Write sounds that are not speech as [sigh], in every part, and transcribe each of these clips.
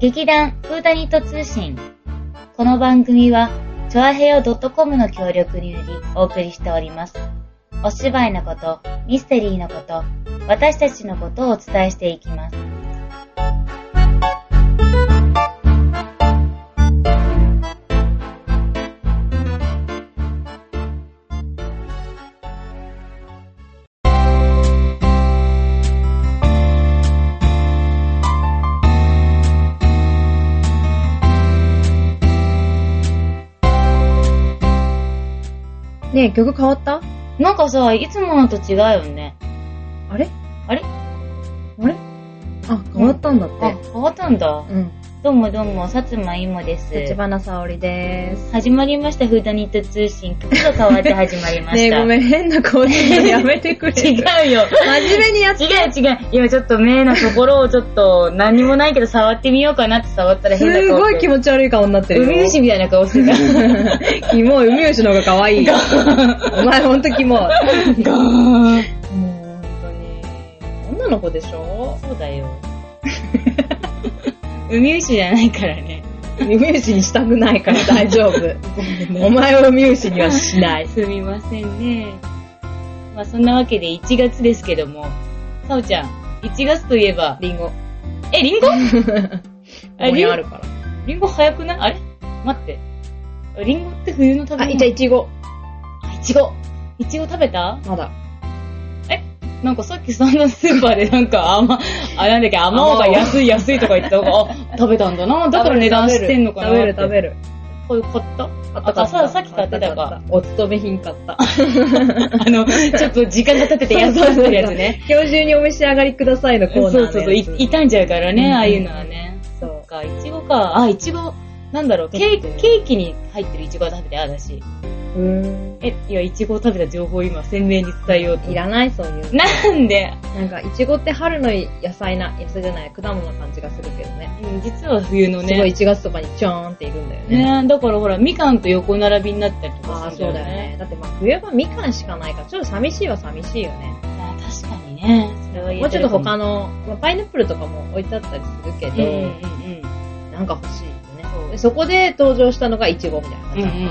劇団フーダニット通信。この番組は、チョアヘヨ .com の協力によりお送りしております。お芝居のこと、ミステリーのこと、私たちのことをお伝えしていきます。ねえ、曲変わったなんかさ、いつものと違うよね。あれあれあれあ、変わったんだっあて。、変わったんだ。うん。どうもどうも、薩摩いもです。立花沙織でーす。始まりました、フーダニット通信。曲が変わって始まりま [laughs] ねしえ、た。ごめん、変な顔して [laughs] るのやめてくれ。違うよ。真面目にやっ違う違う。今ちょっと目のところをちょっと何もないけど触ってみようかなって触ったら変な顔すごい気持ち持ち悪い顔になってるウよ。ミウシみたいな顔してた。キモい、ウミウシ [laughs] の方が可愛い。 [laughs] お前ほんとキモい。もガーン。うほんとに。女の子でしょそうだよ。ウミウシじゃないからね。ウミウシにしたくないから大丈 [laughs] 夫。お前をウミウシにはしない。すみませんね。まあそんなわけで1月ですけども、さおちゃん、1月といえば、リンゴ。え、リン [laughs] ゴあここリにンあるから。リンゴ早くないあれ待って。リンゴって冬の食べあ、物いちゃいちご。あいちご。いちご食べたまだ。なんかさっきそんなスーパーでなんか [laughs] 甘、あ、なんだっけ、甘おうが安い安いとか言ってた [laughs] から、あ、食べたんだな。だから値段してんのかなっ食て。べる食べる。これ買った買った買ったささっき買ってたか。お勤め品買った。 [laughs] あの、ちょっと時間が経って [laughs] て安くなってるやつね。今日中にお召し上がりくださいのコーそナうーのそうそう、い傷んじゃうからね、うんああいうのはね。そうか、いちごか。あ、いちご、なんだろう、ケーキ、うんケーキに入ってるいちごは食べて、あ、だし。うーえ、いや、いちごを食べた情報を今鮮明に伝えようと。ん。いらない、そういう。なんで、なんか、いちごって春の野菜な、野菜じゃない、果物な感じがするけどね。うん実は冬のすごいね。 1月とかにちょーんっているんだよね。ねだからほら、みかんと横並びになったりとあかあ、すそるうんだだよよね。ね。だってまあ、冬はみかんしかないから、ちょっと寂しいは寂しいよね。あ確かにね。それは言もうちょっとの。他の、まあ、パイナップルとかも置いてあったりするけうんど、うんなんか欲しいよねそうでそこで登場したのがいちごみたいな感うん。うんうんじ。うんうんう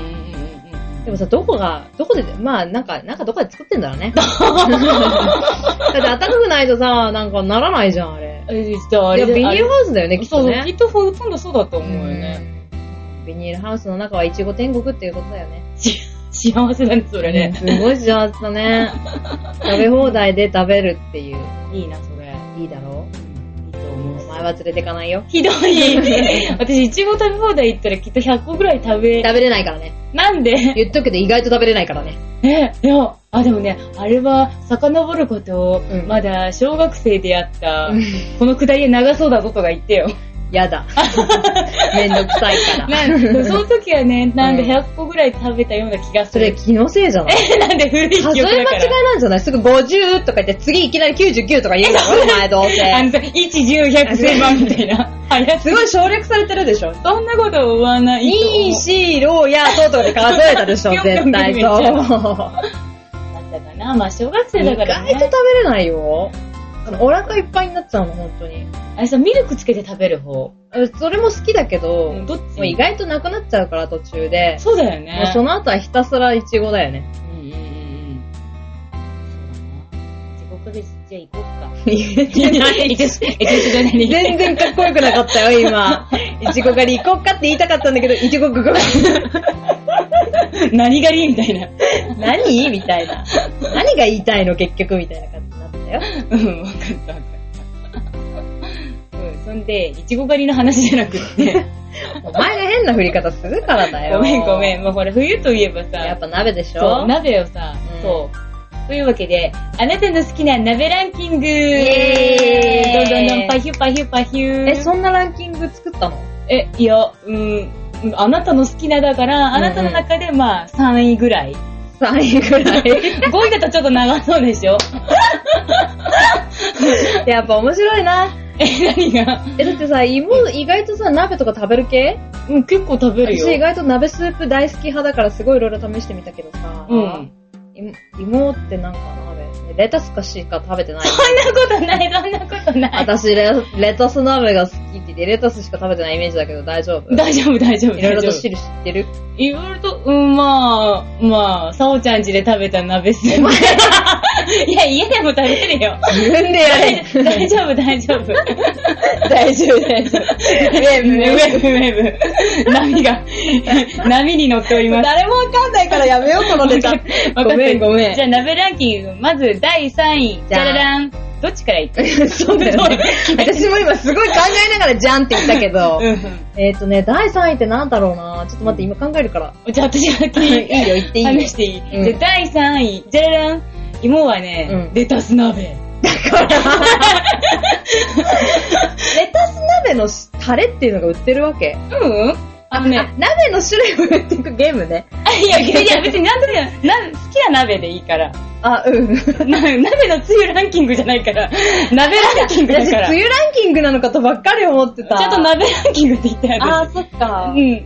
ん。でもさ、どこが、どこで、まあ、なんか、なんかどこで作ってんだろう [laughs] ね。だ [laughs] って暖かくないとさ、なんかならないじゃん、あれ。え、じゃああれいや、じゃビニーあれルハウスだよね、きっそとう、ね。きっとほとんどそうだと思ううよね。んビニールハウスの中はいちご天国っていうことだよね。幸せだね、それね。うんすごい幸せだね。 [laughs] 食べ放題で食べるっていう。いいな、それ。いいだろいいと思うう。お前は連れてかないよ。ひどい。 [laughs] 私、いちご食べ放題行ったらきっと100個ぐらい食べ、食べれないからね。なんで言っとくけど意外と食べれないからね。え、いや、あ、でもね、あれは、遡ることをう、んまだ、小学生でやった、うんこのくだりは長そうだぞとか言 [laughs] ってよ。 [laughs] やだ。 [laughs] めんどくさいから。なんその時はね、なんかうん100個ぐらい食べたような気がすそれる。気のせいじゃないなんで古い記憶数だえか間違いら。なんじゃないすぐ50とか言って、次いきなり99とか言うから、お前どうあせ。のさ、1、10、100、1000万みたいな。早すすぎ。ごい省略されてるでしょそんなこと思わない。 ?2、4、6、や、そうとかで数えたでしょぴょんぴょん絶対ぴょそんう。ぴょん意だったかな。まあ、小学生だか外らと食ね。べれないよ。あのお腹いっぱいになっちゃうの、本当に。あれさ、ミルクつけて食べる方。それも好きだけど、もどっちう意外となくなっちゃうから、途中で。そうだよもうね。その後はひたすらイチゴだよね。うんうんうんうん。そうだな。じゃあ、5ヶ月、じゃあ行こっか。いや、い全じゃない。然かっこよくなかったよ、今。イチゴ狩り行こっかって言いたかったんだけど、イチゴグググ。何がりみたいな。何みたいな。何が言いたいの結局みたいな感じになったよ。うん、わかったわかった。うん、そんで、いちご狩りの話じゃなくって。お前が変な振り方するからだよ。ごめんごめん。ん。まあほら、冬といえばさ、やっぱ鍋でしそょう、鍋をさ、うんそう。というわけで、あなたの好きな鍋ランキングイエーイどんどんどん、パヒュパヒュパヒュえ、そんなランキング作ったのえ、いや、うん、あなたの好きなだから、あなたの中でまあ3位ぐ [laughs] らい。 ?3 位ぐらい。 5位だとちょっと長そうでしょやっぱ面白いな。え、何がえ、だってさ、芋、意外とさ、鍋とか食べる系うん、結構食べる私意よ。外と鍋スープ大好き派だからすごいいろいろ試してみたけどさ。うん。芋。芋ってなんか鍋。レタスかしか食べてない。そんなことない、そんなことない。私レ、レタス鍋が好きキって言ってレタスしか食べてないイメージだけど大丈夫大丈夫、大丈夫。いろいろと大丈夫汁知ってるいろいろと、うん、まあ、まあ、さおちゃん家で食べた鍋っすよ。 [laughs] いや、家でも食べれるよ。自分でやれ。大丈夫、大丈夫。 [laughs] 大丈夫、大丈夫。ねえウねェブ、ウェブ。波が、波に乗っております。誰もわかんないからやめよう、このネタ。分かっごてめるん、ごめじゃあ、鍋ランキング、まず第3位。じじゃゃんららん。どっちからいくん。そうだよね。私も今すごい考えながらじゃんって言ったけど。うん。えっ、とね、第3位ってなんだろうなちょっと待って、今考えるから。じゃあ、私が [laughs] い君いよ、言っていいよ。話していい、うんじゃあ、第3位。じゃららん。芋はね、うんレタス鍋。レタス鍋のタレっていうのが売ってるわけ。うんあのね、鍋の種類を売っていくゲームね。あいや、いや別に何でもないな好きな鍋でいいから。あ、 [laughs] うん。な鍋のつゆランキングじゃないから、鍋ランキングだ私、か梅ら。雨ランキングなのかとばっかり思ってた。ちゃんと鍋ランキングって言ったよ。あー、そっか。うん。え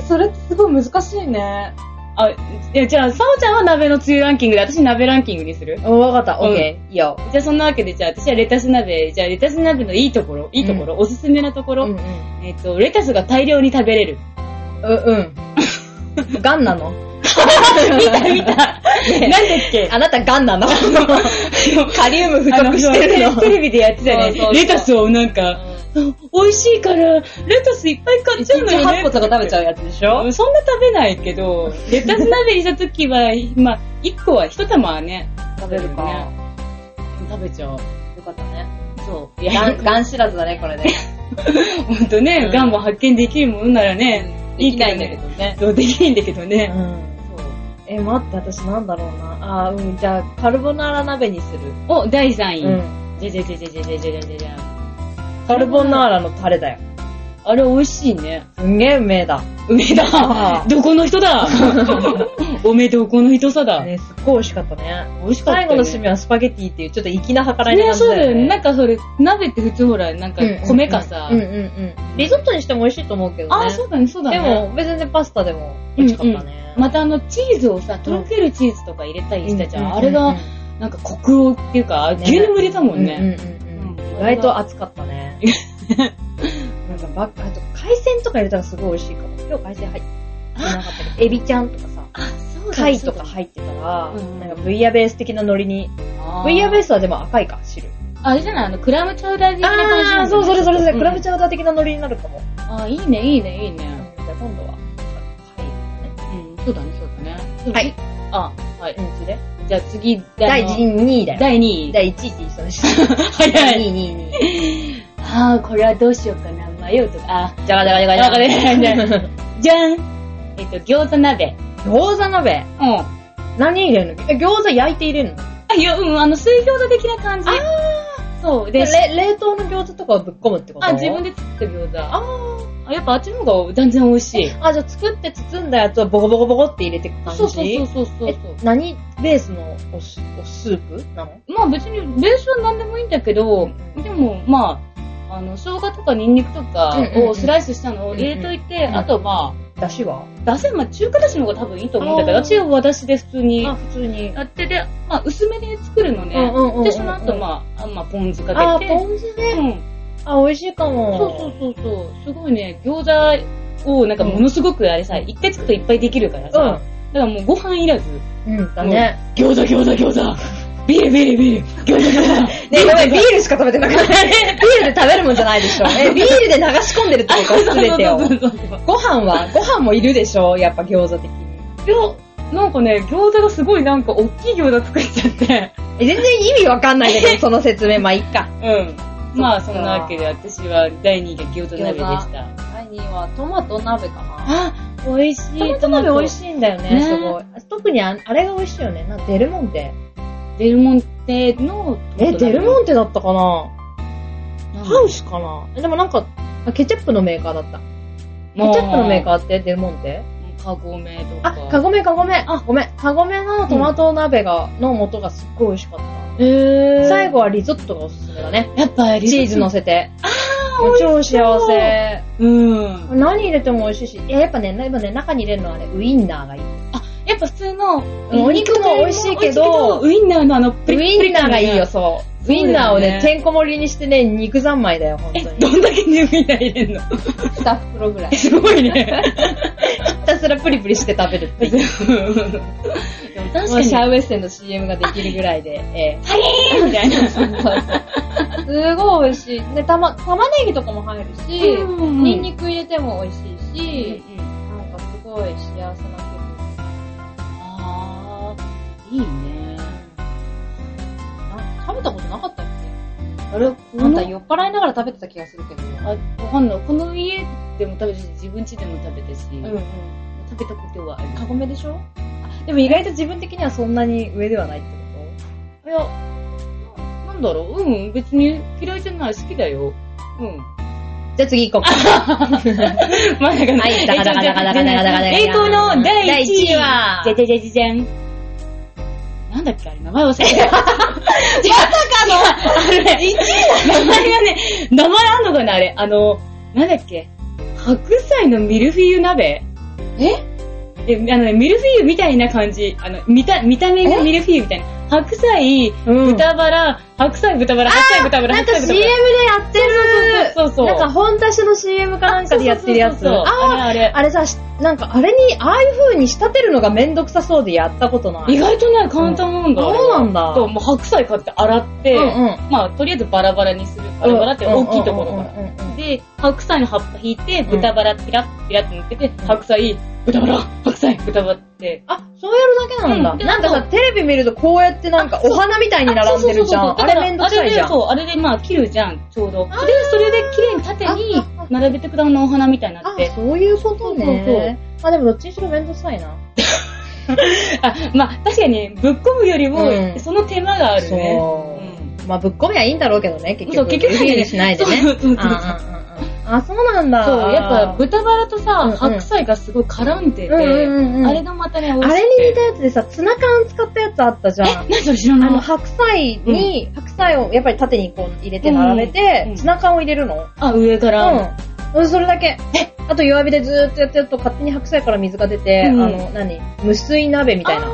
ー、それってすごい難しいね。あ、いやじゃあ、さおちゃんは鍋のつゆランキングで、私鍋ランキングにするお、わかった。うんオッケー。いいよ。じゃあ、そんなわけで、じゃあ、私はレタス鍋、じゃあ、レタス鍋のいいところ、いいところ、おすすめなところ、うん。うえっ、と、レタスが大量に食べれる。 [laughs] うん。ガンなの見た見た [laughs] なんだっけあなたガン [laughs] なのカリウム不あの足してるのテレビでやってたね。そうそうそうレタスをなんか、美味しいから、レタスいっぱい買っちゃうのよね。 8個とか食べちゃうやつでしょそんな食べないけ [laughs] ど、レタス鍋にした時は、まあ、1個は、1玉はね、食べるか食べちゃう。よかった [laughs] ね。そう。いガやン、、ガン知らずだね、これね。ほんとね、うんガンも発見できるものならね、いいできけどないんだけねどね。そう、できないんだけどうね。ん。え、待って、私なんだろうな。あー、うん。じゃあ、カルボナーラ鍋にする。お、第3位。うん。じゃじゃじゃじゃじゃじゃじゃじゃじゃじゃ。カルボナーラのタレだよ。あれ美味しいね。すんげえうめえだ。梅だあ。ーどこの人 [laughs] だ。おめどこの人さだ。ね、すっごい美味しかったね。美味しかった最よね。後の締めはスパゲティっていう、ちょっと粋な計らいなね、感じそうだだよよね。ね。なんかそれ、鍋って普通ほら、なんか米かさうん。うんうん。リゾットにしても美味しいと思うけどね。あー、そうだね、そうだね。でも、別にパスタでも美味しかったね。またあの、チーズをさ、とろけるチーズとか入れたりしたじゃん。あれうんがうん、なんかコクをっていうか、ね牛乳も入れたもんね。うんうんうんうん意外と暑かったね。 [laughs] なんかばっか、あと海鮮とか入れたらすごい美味しいかも。今日海鮮入ってなかったけど、エビちゃんとかさ、あ、そうだ貝とか。入ってたら、うんなんかブイヤベース的なノリに。あーブイヤベースはでも赤いか、汁。あれじゃないあの、クラムチャウダー的な感じ。あー、そう、それそれそれ、クラムチチャウダー的なノリになるかも。ャウダー。あー、いいね、いいね、いいね。じゃあ今度は、うん、そうだね、そうだね。はい。あ、はい。貝。うん、それ。じゃあ次、第第2位だよ。第2位。第1位って言いそうで [laughs] した。早第い。 2位、2位。 [laughs] あー、これはどうしようかな、迷うとか。あ、じゃがじゃがじゃじがゃがじゃがじゃが。 [laughs] じゃんえっと、餃子鍋。餃子鍋。うん。あ、何入れるのえ餃子焼いて入れるのいや、うん、あの、水餃子的な感じ。あそう。で、れ冷凍の餃子とかをぶっ込むってことあ、自分で。で作った餃子。ああ、ーやっぱあっちの方が断然美味しい。あ、じゃあ作って包んだやつをボコボコボコって入れていく感じそうそうそうそうそうえ。何ベースのお酢おスープなのまあ別にベースは何でもいいんだけど、でもまあ、あの、生姜とかニンニクとかうんうんうをんスライスしたのを入れといて、うんあとまだしはあ、だし、まあ中華だしの方が多分いいと思うんだけど、あー私は和だしで普通にあ、普通に。やってで、まあ薄めで作るのうんうんうんうんうね。んで、その後まあ、あんまポン酢あかけー、て。ポン酢ね。うん。あ、美味しいかも。そうそうそうそう。すごいね、餃子をなんかものすごくあれさ、一回作るといっぱいできるからさ。だからもうご飯いらず。うん。うん、だね。餃子餃子餃子ビールビールビール餃子餃子ね、ごめん、ビールしか食べてな [laughs] くて。ビールで食べるもんじゃないでしょ。え、 [laughs] ビールで流し込んでるってことすべてを。そうそうそうそうご飯 [laughs] はご飯もいるでしょやっぱ餃子的に。いや、なんかね、餃子がすごいなんか大きい餃子作っちゃって。え全然意味わかんないんだ [laughs] けど、その説明。まあ、いっか。うん。まあそんなわけで私は第2位が餃子鍋でした。第2位はトマト鍋かな。あ、美味しトマい。ト鍋美味い。しいんだよね、ねすごい。特にああれが美味しいよね。なんかデルモンテ。デルモンテのえ、デルンモンテだったかなハウススかなえでもなんか、あケチャップのメーカーだった。ケチャップのメーカーってデルモンテー。カゴメとあか。、カゴメカゴメ。あ、ごめん。カゴメのトマト鍋が、の素がすっごい美味しかった。へー最後はリゾットがおすすめだね。やっぱリゾットチーズ乗。せて。あー、もう超幸せ。うん。何入れても美味しいし、えやっぱね、やっぱね、中に入れるのはね、ウインナーがいい。やっぱ普通の、お肉も美味しいけどウインナーのあの、ウプリップリインナーがいいよ、感そが。ウィンナーそをね、うだよてんこ盛りにしてね、肉三昧だよ、本当に。どんだけ入院入れんの2袋ぐらい。すごいね。ひたすらプリプリして食べるって [laughs] いう。でも確もかうに、シシャャウエッセンの CM ができるぐらいで、ええ。ーみたいな。 [laughs] すごい美味しい。で、たま、玉ねぎとかも入るし、うんニンニク入れても美味しいし、あなんかすごい幸せな気分。あー、いいね。な食べたことなかったっあれ、こけあんの、た酔っ払いながら食べてた気がするけど。あ、わかんない。この家でも食べたし、自分家でも食べたし、うんうん。食べたことはある。カゴメでしょでも意外と自分的にはそんなに上ではないっていや、なんだろう、うん、別に嫌いじゃない、好きだよ。うん。ことじゃあ次行こうまあ、だから、はいだからだからだからだからだから栄光の第1位は、第じゃじゃじゃじゃん。なんだっけあれ、名前忘れた。まさかのあ [laughs] れ、1位名前がね、名前あんのかなあれ、あの、なんだっけ白菜のミルフィーユ鍋ええ、あのね、ミルフィーユみたいな感じ。あの、見た、見た目がミルフィーユみたいな。白菜、うん豚バラ、白菜豚バラ、白菜豚バラ、なん白か菜豚 CM でバやラ。ってるそうそうそうそうなんか本出しの CM かなんかでやってるやつ。そうそうそうそうああれああれさ、しなんかあれに、ああいう風に仕立てるのがめんどくさそうでやったことなれ。い。意外とね、簡単なんだ。うんそうなんだそう、もう白菜買って洗って、うんうん。まあ、とりあえずバラバラにする。バラバラって大きいところから。ら。で、で、白菜の葉っぱ引いて、ん豚バラピラッピラッって塗ってて、白菜、豚バラ、白菜、豚バラって。あ、そうやるだけなうんんでだ。なんかあさ、テレビ見るとこうやってなんかお花みたいに並んでるじゃあん。そうそうそうそうだかあれらめんどくさいじゃあれで、ん。そう、あれでまあ切るじゃん、ちょうど。であー、それで綺麗に縦にあああ並べて果物のお花みたいになっあて、。そういうことそうそうね。まあでもどっちにしろめんどくさいな。あ、まあ確かにぶっ込むよりもう、んその手間があるね。そう。まあぶっ込みはいいんだろうけどね、結局。そう結局ね不利にしないでね。そうそう [laughs] そうあああああ、そうなんだ。そう、やっぱ豚バラとうんさう、ん白菜がすごい絡んでて、うんうんうんあれがまたね、美味しくあてれに似たやつでさ、ツナ缶使ったやつあったじゃえ、ん。何それ知らあないの、白菜に、白菜をやっぱり縦にこう入れて並べうんうてん、ツナ缶を入れるの。あ、上から。うん。うん、それだけ。あと弱火でずーっとやってると勝手に白菜から水が出て、うんあの、何無水鍋みたいなな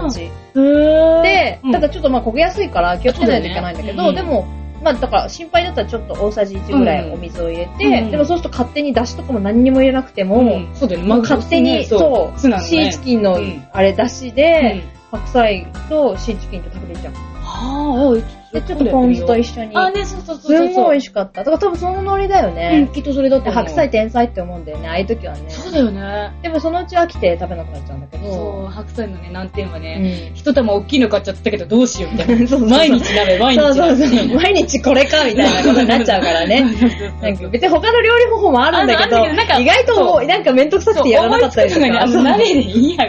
感。じ。でで、ただちょっとまあ焦げやすいから気をつけないといけないんだけあそど、うだでよねも、まあだから心配だったらちょっと大さじ1ぐらいお水を入れうんうんて、でもそうすると勝手に出汁とかも何にも入れなくても、う、そうだよね。もう勝手に、そう、ツナのシーねチ。キンのうんあれ出汁で、白菜とシーチキンと食べれちゃう。はぁ、で、ちょっとポン酢と一緒に。あ、ね、そうそうすそう。んごい美味しかった。だから多分そのノリだようん、ね。きっとそれだって白菜。天才って思うんだよね、ああいう時はね。そうだよね。でもそのうち飽きて食べなくなっちゃうんだけど。そう、白菜のね、難点はうね、ん。一玉大きいの買っちゃったけどどうしようみたいな。 [laughs] そうそうそう毎日鍋、毎日そう鍋。そうそう。毎日これかみたいなことになっちゃうからね。なんか別に他の料理方法もあるんだけあどのあるんだけどなんか、意外ともそううなんかめんどくさくそうてやらなかったりと思いつくのがね、あか。のそう鍋でいいや、みたいな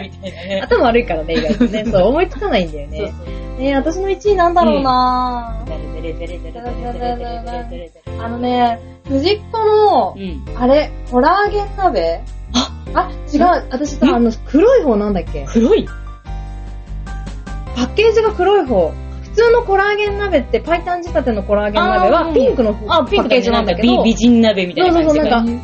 ね。頭悪いからね、意外 [laughs] とね。そう、思いつかないんだよそうそね。う。ね私の1位なんだろうなだれだれだれだれだれだれだれだれだれだれあのね、藤っ子のう、ん。あれ、コラーゲン鍋あ、違う。私んさ、あの、黒い方なんだっけ黒いパッケージが黒い方。普通のコラーゲン鍋って、パイタン仕立てのコラーゲン鍋あーはピンクの方パあ、ピンックだケーけジななんんだだけけど。ど、美豆人鍋みたいな感じが。そうそう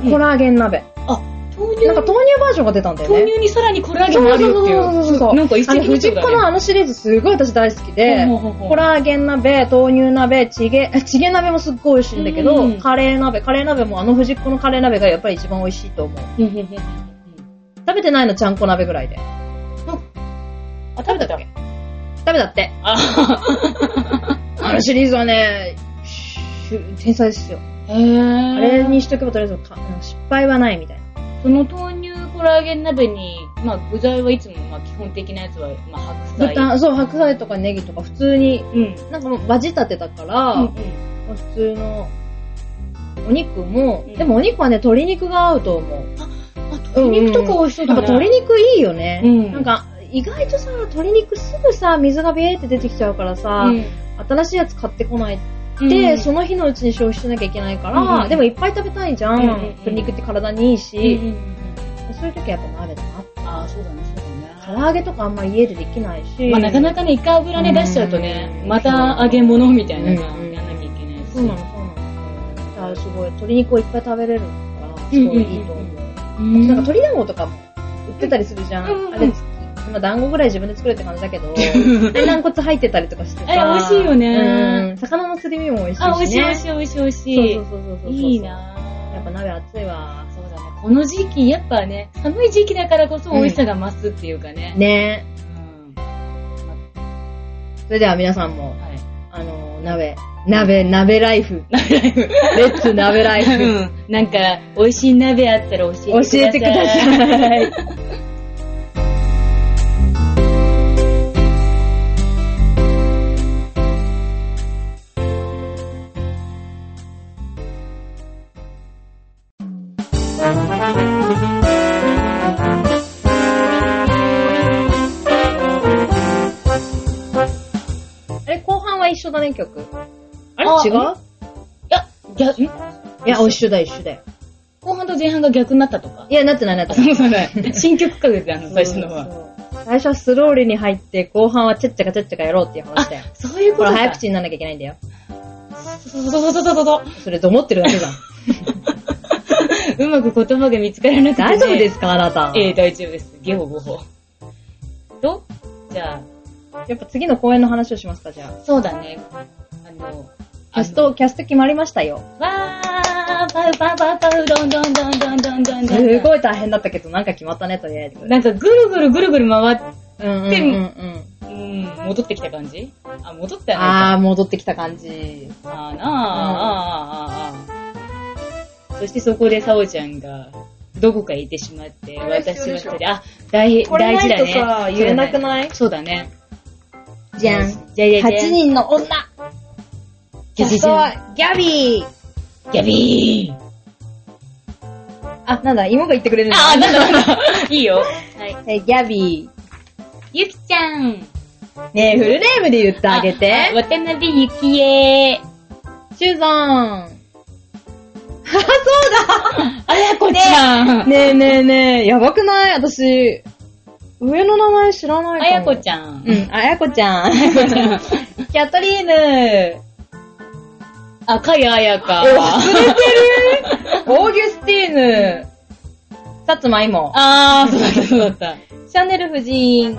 乳コラーゲン鍋。豆なんか豆乳バージョンが出たんだよ豆ね。乳にさらにコラーゲンがあるよっていう。そうそうそうそうそうなん [laughs] か一石あの、二藤鳥子だね。のあのシリーズすごい私大好きで、ほうほうほうほうコラーゲン鍋、豆乳鍋、チゲ、 [laughs] あチゲ鍋もすっごい美味しいんだけど、うんカレー鍋、カレー鍋もあの藤子のカレー鍋がやっぱり一番美味しいと思う。うんうんうんうん食べてないのちゃんこ鍋ぐらいで。あ、食べたっけ食べたって。ああのシリーズはね、し天才ですよ。へーあれにしとけばとりあえずかあの失敗はないみたいな。その豆乳コラーゲン鍋に、まあ具材はいつも、まあ基本的なやつは、まあ白菜。豚、そう、白菜とかネギとか普通に、うん。なんかもうバジ立てだから、うんうんまあ普通のお肉も、うんでもお肉はね、鶏肉が合うと思う。あ、鶏肉とか美味しそうなだんね。か鶏肉いいよね。うんなんか、意外とさ、鶏肉すぐさ、水がビエーって出てきちゃうからさ、新しいやつ買ってこないって、その、の日のうちに消費しなきゃいけないから、うんうんでもいっぱい食べたいじゃん。うんうんうん鶏肉って体にいいしうん、うんうんそういう時はやっぱ鍋だな。あ、そうだね、そう唐だね。揚げとかあんまり家でできないし。まあなかなかね、一回油ね出しちゃうとね、また揚げ物みたいなのがうんやんなきゃいけないし。そうなの、そうなの。だからすごい、鶏肉をいっぱい食べれるから、すごいいいと思う。うんなんか鶏団子とかも売ってたりするじゃん。うんうんあれ、月まあ、団子ぐらい自分で作るって感じだ [laughs] けど、あれ軟骨入ってたりとかしてさ。あれ美味しいよねうん。魚のすり身も美味しいし、あ、ね。美味しい美味しい。い美味しい美味しいそう。そうそうそうそう。いい。なやっぱ鍋熱いわ。そうだね。この時期、やっぱね、寒い時期だからこそ美味しさが増すっていうかね。ねうん。それでは皆さんはも、い。あの、鍋、鍋、鍋ライフ。鍋ライフ。レッツ鍋ライフ。うん。 [laughs] なんか、美味しい鍋あったら教えてく教ださい。えてくださ [laughs] い。あれ、後半は一緒だね、曲。あれあ違ういや、んいや、一緒だ、一緒だよ。後半と前半が逆になったとか。いや、なってない、なってあ、なそうそい。う [laughs] ない。新曲かけてたの、最初のは。そう最初はスローリーに入って、後半はちゃっちゃかちゃっちゃかやろうっていう話だよ。そういうこほとら、か。早口にならなきゃいけないんだよ。そうそうそうそうそうそう。 [laughs] それ、どもってるだけじゃん。うまく言葉が見つからなくて、。大丈夫ですすか、あなた。ええ、大丈夫です。ゲホゴホ。と、じゃやっぱ次の公演の話をしますか、じゃあ、そうだね。あの、あ。キャスト、キャスト決まりましたよ。あの。わー、パウパウパウパウ、どんどんどんどんどんどんどん。すごい大変だったけど、なんか決まったね、とりあえず。なんかぐるぐるぐるぐる回って、うんうんうんううん。ん、戻ってきた感じあ、戻ったよね。あー、戻ってきた感じ。あーなあ、あーあー、あーあー。そしてそこでサオちゃんが、どこかへ行ってしまって、これは必私要ではしそょれで、あ、大、大事だね。いないそうだね。じゃん。じゃじゃじゃん。 8人の女じゃじゃキャスじゃトん。はギャビーギャビーンあ、なんだ、芋が言ってくれるんだ。あー、なんだなんだ。いいよ。はい。えーギャビゆきちゃん。ー。ねえ、フルネームで言ってあげあて。渡辺ゆきえ。シュゾーン。 [laughs] あやこちゃん。ねえねえねえ、やばくない私、上の名前知らないかも。あやこちゃん。うん、あやこちゃん。 [laughs] キャトリーヌ。あ、かやあやか。オーギュスティーヌ。さつまいも。あー、そうだった、そうだった。シャネル夫人。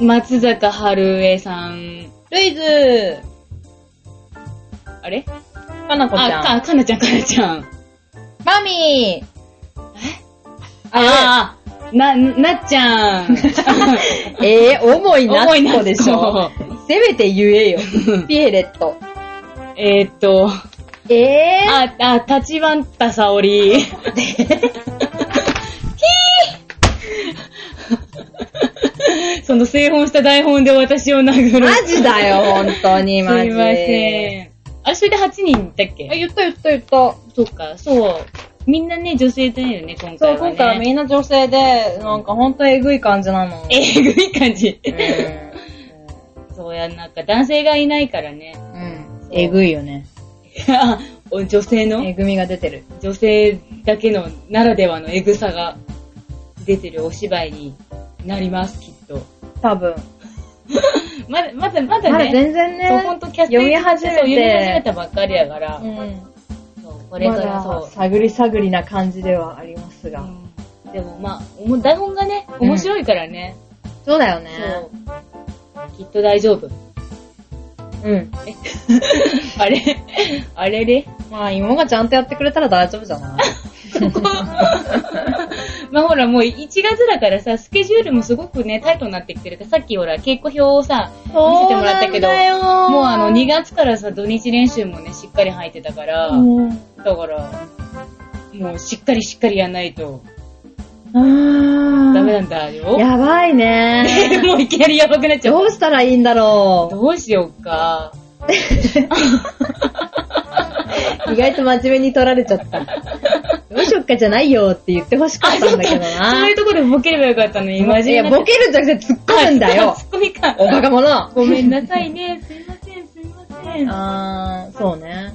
松坂春江さん。ルイズ。あれかなこちあ、ゃん。か、かなちゃん、かなちゃん。マミー。ああ、な、なっちゃん。えー、重いな重いっなこでしょ。。せめて言 [laughs] えよ。ピエレット。えーっと、えー、あ、あ、たちばんたさおり。ひー [laughs] その製本した台本で私を殴る。マジだよ、本当に、マジ。すいません。あれ、それで8人だっあ、け言った言った言った。そうか、そう。みんなね、女性だよね、今回そは、う、ね。今回はみんな女性で、なんかほんとえぐい感じなの。えぐい感じ。うそうや、なんか男性がいないからね。ん。うん。えぐいよね。あお女性のえぐみが出てる。女性だけのならではのエグさが出てるお芝居になります、きっと。多分。まだ、まだ、まだまだね。全然そう、ほんね。とキャスティ読ンみグ始そう読み始めめて。たばっかりやから、うん。そうこれかまらだそ探り探りな感じではありますう。うが。んでもまあ、おも台本がね、面白いからね。そうだよそう。きっと大丈夫。 [laughs] う。うん。あれあれれまあ、芋がちゃんとやってくれたら大丈夫じゃないまあほらもう1月だからさ、スケジュールもすごくね、タイトになってきてるから、さっきほら稽古表をさ、見せてもらったけど、ももうあの2月からさ、土日練習もね、しっかり入ってたから、うんだから、もうしっかりしっかりやんないとあーダメなんだよ。やばいね。 [laughs] もういきなりやばくなっちゃ [laughs] どう。うしたらいいんだろう。どうしようか。意外と真面目に取られちゃ [laughs] った。どうしよっかじゃないよって言ってほしかったんだけどそうないう。ところでボケればよかったのに、マジいや、ボケるんじゃなくて突っ込むんだよツ。ッコミか。おバカ者。ごめんなさいね。すいません、すいません。 [laughs] あー、そうね。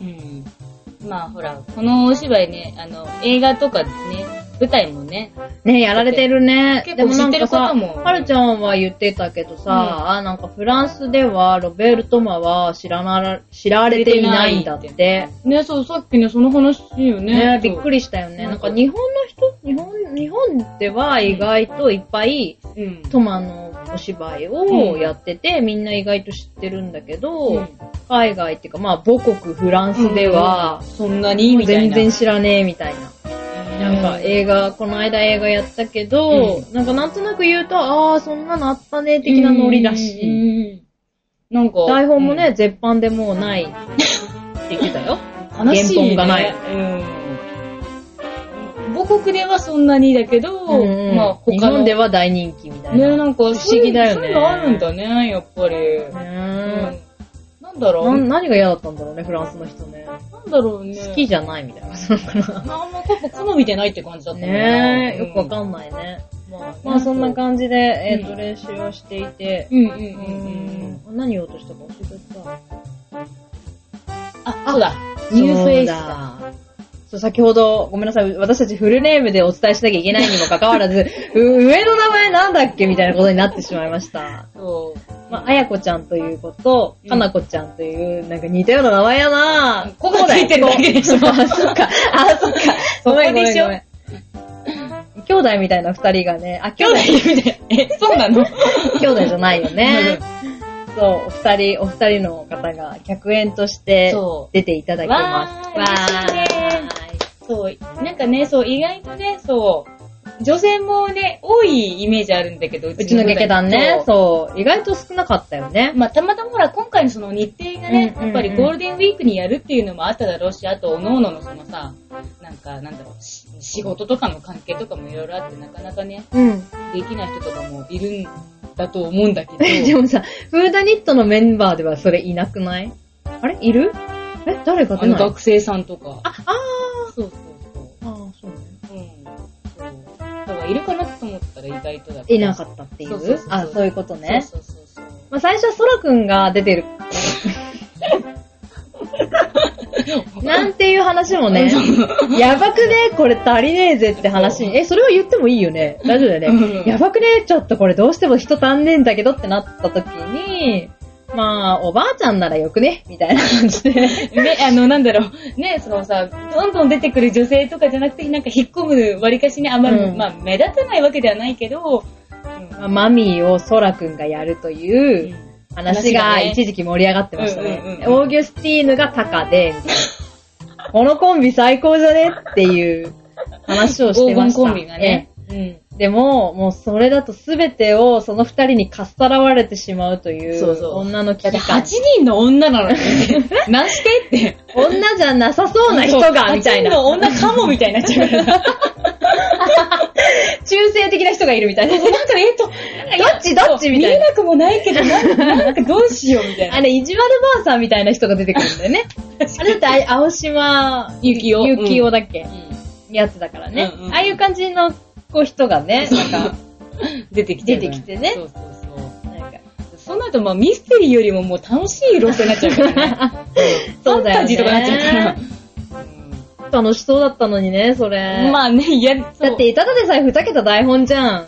うん。まあほら、このお芝居ね、あの、映画とかですね、舞台もね、ねやられてるね。結構知ってる方もでなんかさはるちゃんは言ってたけどさ、あなんかフランスではロベルト・マは知らな、知られていないんだって。ね、そう、さっきね、その話よねね。びっくりしたよね。なんか日本の人日本日本では意外といっぱい、うん。トマのお芝居をやってて、みんな意外と知ってるんだけど、海外っていうか、まあ、母国フランスでは、そんなにみたい全な。然知らねえみたいな。なんかえ映画、この間映画やったけど、なんかなんとなく言うと、ああ、そんなのあったね、的なノリだし。し。なんか。台本もね、絶版でもうないって言ってたよ。うん、悲しい、ね。原本がないうん。母国ではそんなにだけど、まあ他の。日本では大人気みたいな。ね、なんか不思議だそよねういうのあるんだね、やっぱり。ねなんだろなうなん何が嫌だったんだろうね、フランスの人ね。んだろうね。好きじゃないみたいな感じなのかな。あんま多分好みでないって感じだったもんねえ、よくわんかんないね。ない。まあそんな感じで、えっ、うと、ん練習をしていて、うんうんうんううん。ん、何を落としたか教えてた。あ、そうだ。ニュースエイスだ。そう、先ほど、ごめんなさい、私たちフルネームでお伝えしなきゃいけないにもかかわらず、う上の名前なんだっけみたいなことになってしまいました。そう。まあ、あやこちゃんという子とう、んかなこちゃんという、なんか似たような名前やなぁ。ここがついてるだけでしょあ、そっか。 [laughs] あ、そっか。そこごめんごめでんしょごめん。兄弟みたいな二人がね、あ、兄兄弟弟、みたいな。え、そうなの兄弟じゃないよ [laughs] ね。そう、お二人、お二人の方が客演としてそ出ていただきます。わー嬉しいねそう。なんかね、そう、意外とね、そう、女性もね、多いイメージあるんだけど、ううちの劇団ね、そうそう、意外と少なかったよね。まあ、たまたまほら、今回のその日程がね、うんうんうんやっぱりゴールデンウィークにやるっていうのもあっただろうし、あと、おのののそのさ、なんか、なんだろう、し仕事とかの関係とかもいろいろあって、なかなかね、うん。できない人とかもいるんだと思うんだ [laughs] けど、 [laughs] でもさ、フーダニットのメンバーではそれいなくないあれいるえ誰があ出のない学生さんとか。あ、あそうそうそう。ーあー、そうね。うん。そう。人がいるかなと思ったら意外とだっいなかっったっていそうそうそううそうあ、そういうことたね。そうそうそうまあ最初はソラくんが出てる。そう。なんていう話も [laughs] ね、やばくねこれ足りねえぜって話に。え、それは言ってもいいよね。大丈夫だよね。 [laughs] うんやばくねちょっとこれどうしても人足んねえんだけどってなった時に、まあ、おばあちゃんならよくねみたいな感じで。ね、あの、なんだろう、ね、そのさ、どんどん出てくる女性とかじゃなくて、なんか引っ込む、割かしね、あんまり、うんまあ、目立たないわけではないけど、うんまあマミーをソラくんがやるとういうん話話ががね一時期盛り上がってましたうんうんうんねう。んオーギュスティーヌがタカで、このコンビ最高じゃねっていう話をして黄ま金した。コンビがね。うん。ええ。でも、もうそれだと全てをその二人にかっさらわれてしまうというそうそう女のだっ危て機8感。人の女なの [laughs] に、なしてって。女じゃなさそうな人が、みたい8人のな。女かもみたいになっちゃうから。中性的な人がいるみたいな。どなんか、えっと、どっちどっちみ見たえいな。なくもないけど、なんなんかどうしようみたいな。あれ、意地悪ばあさんみたいな人が出てくるんだよね。あれだってあ、青島、ゆきおゆきおだっけ、うやつだからね。うんうんああいう感じのこう人がね、なんか、ん出てきて。出てきてねそうそうそう。なんかその後、まあ、ミステリーよりももう楽しい路線になっちゃうからね。そうだよファンタねジーとかなっちゃうから。楽しそうだったのにね、それ。まあね、いや、そうだっ、て、ただでさえ二桁台本じゃん。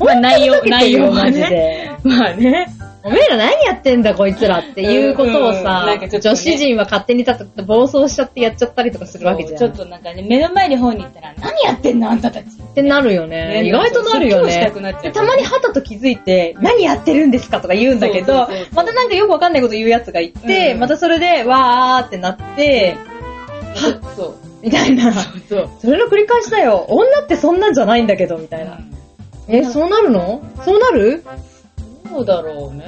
まあ内容、内容はマジね。で。まあね。おめえら何やってんだこいつらっていうことをうんさ、うんなんかちょっとね女子陣は勝手に立って暴走しちゃってやっちゃったりとかするわけじゃん。ちょっとなんかね、目の前の方に行ったら、何やってんのあんたたち。ってなるよね。ね意外となるよ説教したねくなっちゃう。でたまにはたと気づいて、何やってるんですかとか言うんだそけうどそうそうそう、またなんかよくわかんないこと言うやつがいて、うんまたそれで、わーってなって、 [laughs] そう。みたいな。そう。それの繰り返しだよ。女ってそんなんじゃないんだけど、みたいな。え、そうなるのそうなるどうだろうね。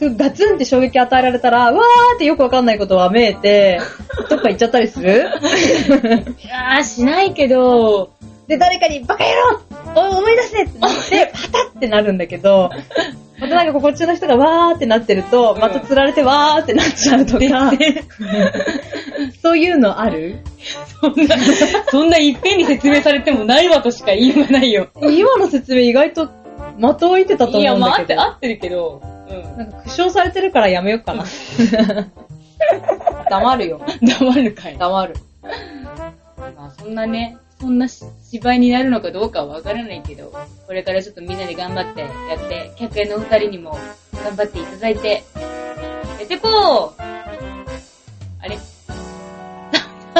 そうガツンって衝撃与えられたら、わーってよくわかんないことはめえて、どっか行っちゃったりするいやー、しないけ [laughs] ど、で、誰かに、バカ野郎お思い出せってなって、パタってなるんだけど、またなんかこっちの人がわーってなってると、うんまた釣られてわーってなっちゃうとか、そういうのあるそんな、 [laughs] そんないっぺんに説明されてもないわとしか言いようがないよ。今の説明意外と的を置いてたとい思や、うんまあ、だ合っけて、ど。合ってるけど、うん。なんか苦笑されてるからやめようかな。黙るよ。 [laughs] 黙るかい。黙る。まあ、そんなね、そんな芝居になるのかどうかはわからないけど、これからちょっとみんなで頑張ってやって、客演のお二人にも頑張っていただいて、やってこう [laughs] あれ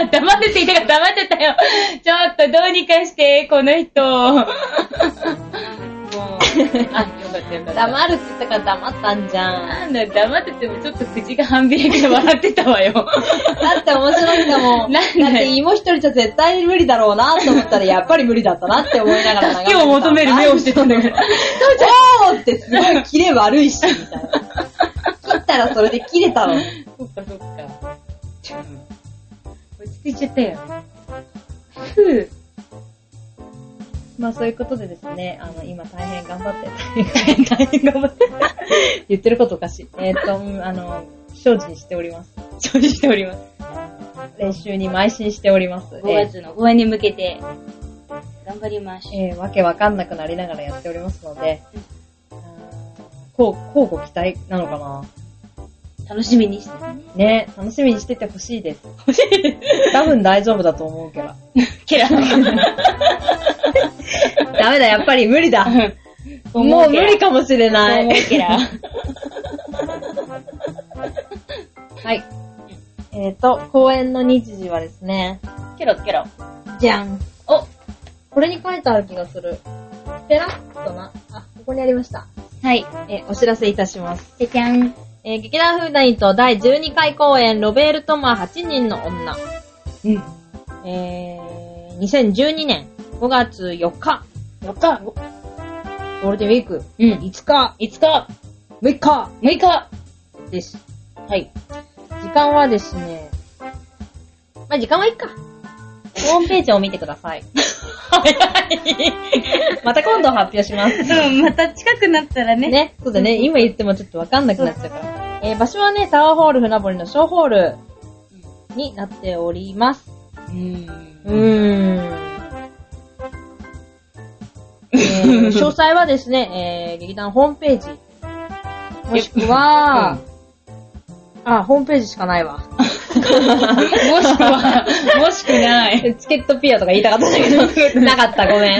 黙ってて言いたから黙ってたよどうにかして、この [laughs] 人。もう、あ、よかったよかった。黙るって言ったから黙ったんじゃなん。んだ、黙っててもちょっと口が半開きで笑ってたわよ。 [laughs] だって面白いんだも [laughs] ん。なんだよだって芋一人じゃ絶対に無理だろうなと思ったら、やっぱり無理だったなって思いながら [laughs] 助けを求める目をしてたんだけど。おーってすごいキレ悪いし、みたいな。切ったらそれで切れたの。そっかそっか。落ち着いちゃったよ。ふ [laughs] ぅ。まあそういうことでですね、あの、今大変頑張って、大変、大変頑張って。言ってることおかしい。 [laughs] えーっと、うんあの、精進しております。承知しております。練習に邁進しております。 5月の応援に向けて、頑張りましょう。えーわけわかんなくなりながらやっておりますので、あーこう、こうご期待なのかな楽しみにしてね。ね、楽しみにしててほしいです。多分大丈夫だと思うけど。ケラ。 [laughs] ダメだ、やっぱり無理だ。ももうう無無理理かかもしれなもうい。ケ [laughs] ラ。はい。えっ、と、公演の日時はですね、ケロケロ。じゃん。お、これに書いてある気がする。ペラッとな。あ、ここにありました。はい。えーお知らせいたします。じゃじゃん。えー劇団フーダニット第12回公演、ロベルト・マー8人の女。うん。えー、2012年5月4日、 4日。ゴールデンウィーク、うん。 5日、 5日。 6日6日。です。はい。時間はですね、まあ、時間はいいか。ホームページを見てください。また今度発表します。うん、また近くなったらね。ね、そうだね、今言ってもちょっとわかんなくなっちゃうから。えー、場所はね、タワーホール船堀のショーホールになっております。うん。うーん。えー詳細はですね、えー、劇団ホームページ。もしくは、あ、ホームページしかな [laughs] いわ。もしくは、もしくない。チケットピアとか言いたかったんだけ [laughs] ど、なかった、ごめ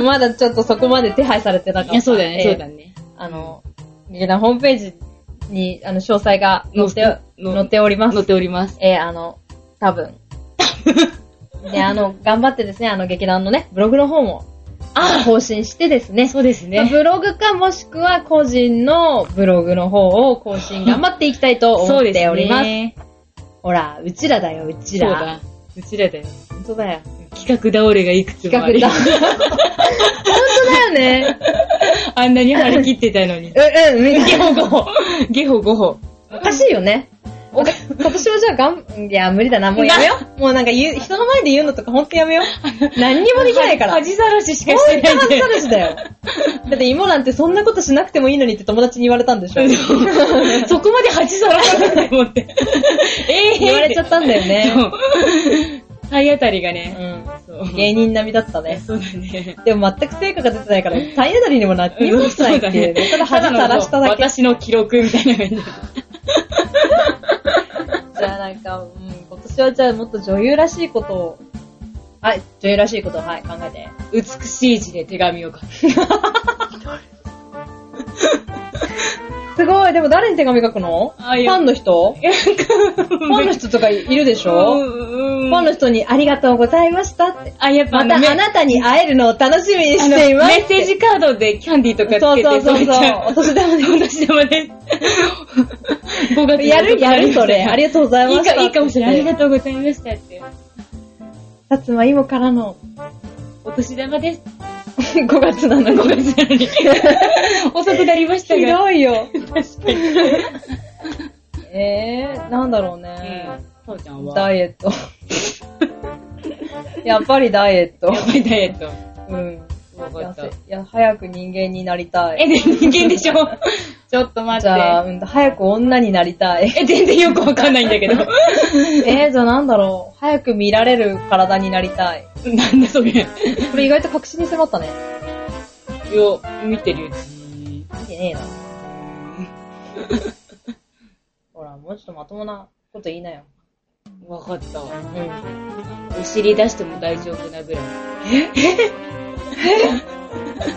ん。 [laughs] まだちょっとそこまで手配されてなかった。いや、そうだよね、えーそうだね。あの、劇団ホームページに、あの、詳細が載って、の載っております載っ。ております。えーあの、多分。で、あの、頑張ってですね、あの、劇団のね、ブログの方も、更新してですね。そうですまあね。ブログかもしくは個人のブログの方を更新頑張っていきたいと思そっうですております。ね。ほら、うちらだよ、うちそうら。だ。うちらだよ。本当だよ。企画倒れがいくつもあ企り画だ。本当だよね。 [laughs] あんなに張り切ってたのに。うん、うん、ゲホ5歩。ゲホ5歩。おかしいよね。おか今年はじゃあがん、いや、無理だな、もうやめよう。もうなんか言う、人の前で言うのとかほんとやめよう。何にもできないから。恥さらししか本して当ないで恥さ。らしだよ。 [laughs] だって芋なんてそんなことしなくてもいいのにって友達に言われたんでしょそこまで恥さらさないと思 [laughs] って。ええ言われちゃったんだよ [laughs] ね。そう体当たりがう。ね。そうん芸人並みだったね。そうだね。でも全く成果が出てないから、体当たりにもなってもしないっていうね。ただ恥さらしただけ。私の記録みたいな感じ。じゃあなんか、うん、今年はじゃあもっと女優らしいことを、はい、女優らしいことを、はい、考えて。美しい字で手紙を書く。すごい、でも誰に手紙書くのフあいやァンの人ファンの人とかいるでしょファンの人にありがとうございましたって。あ、やっぱまたあのめなたに会えるのを楽しみにしています。あのメッセージカードでキャンディーとかそつけうそうてそうれちそうゃ。お年玉でお年玉です。5月 [laughs] やるやるそれ。ありががとうございましたっていいかもしれない。ありがさとうございましたって。つまいもから [laughs] のお年玉です。 5月なの5月なのに。遅くなりましたひが。どいよ。確かに。えー、なんだろうね。さおちゃんはダイエット。 [laughs] やっぱりダイエットや。ばいダイエット。うん。わか痩ったせいや、早く人間になりたえ、い。で人間でしょちょっと待じっゃあ、て。うん、早く女になりたい。え、全然よくわかんないんだけ [laughs] ど。えー、じゃあなんだろう。早く見られる体になりたい。なんだそれ。よ、これ意外と確信に迫ったね。見てるうち。見てねえな。ほら、もうちょっとまともなこと言いなよ。わかった。うん。お尻出しても大丈夫なぐらい。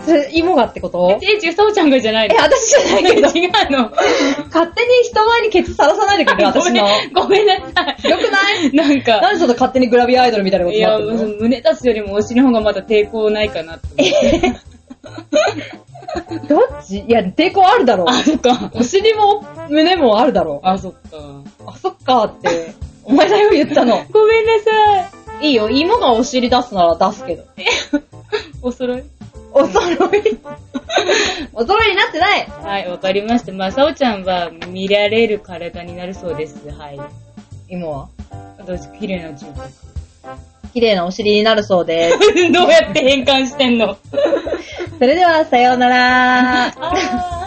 それ、芋がってことえ、違う、そうちゃんがじゃないえ、の。私じゃないけど、違うの。 [laughs] 勝手に人前にケツさらさないでくれる、 [laughs] ご私めの。よん、ごめんなさい。くないなんか、なんでちょっと勝手にグラビアアイドルみたいなこといになや、ってるの胸出すよりもお尻の方がまだ抵抗ないかなって思って。どっちいや、抵抗あるだろう。あ、そっか。お尻も胸もあるだろあ、そっか。う。あ、そっかーって。お前だよ、言ったの。ごめんなさい。いいよ、芋がお尻出すなら出すけど。お揃い。お揃 [laughs] い。お揃いになってないはい、わかりました。まあ、さおちゃんは見られる体になるそうです。はい。芋は。私、綺麗な中華。綺麗なお尻になるそうです。 [laughs] どうやって変換してんのそれでは、さようなら。あー。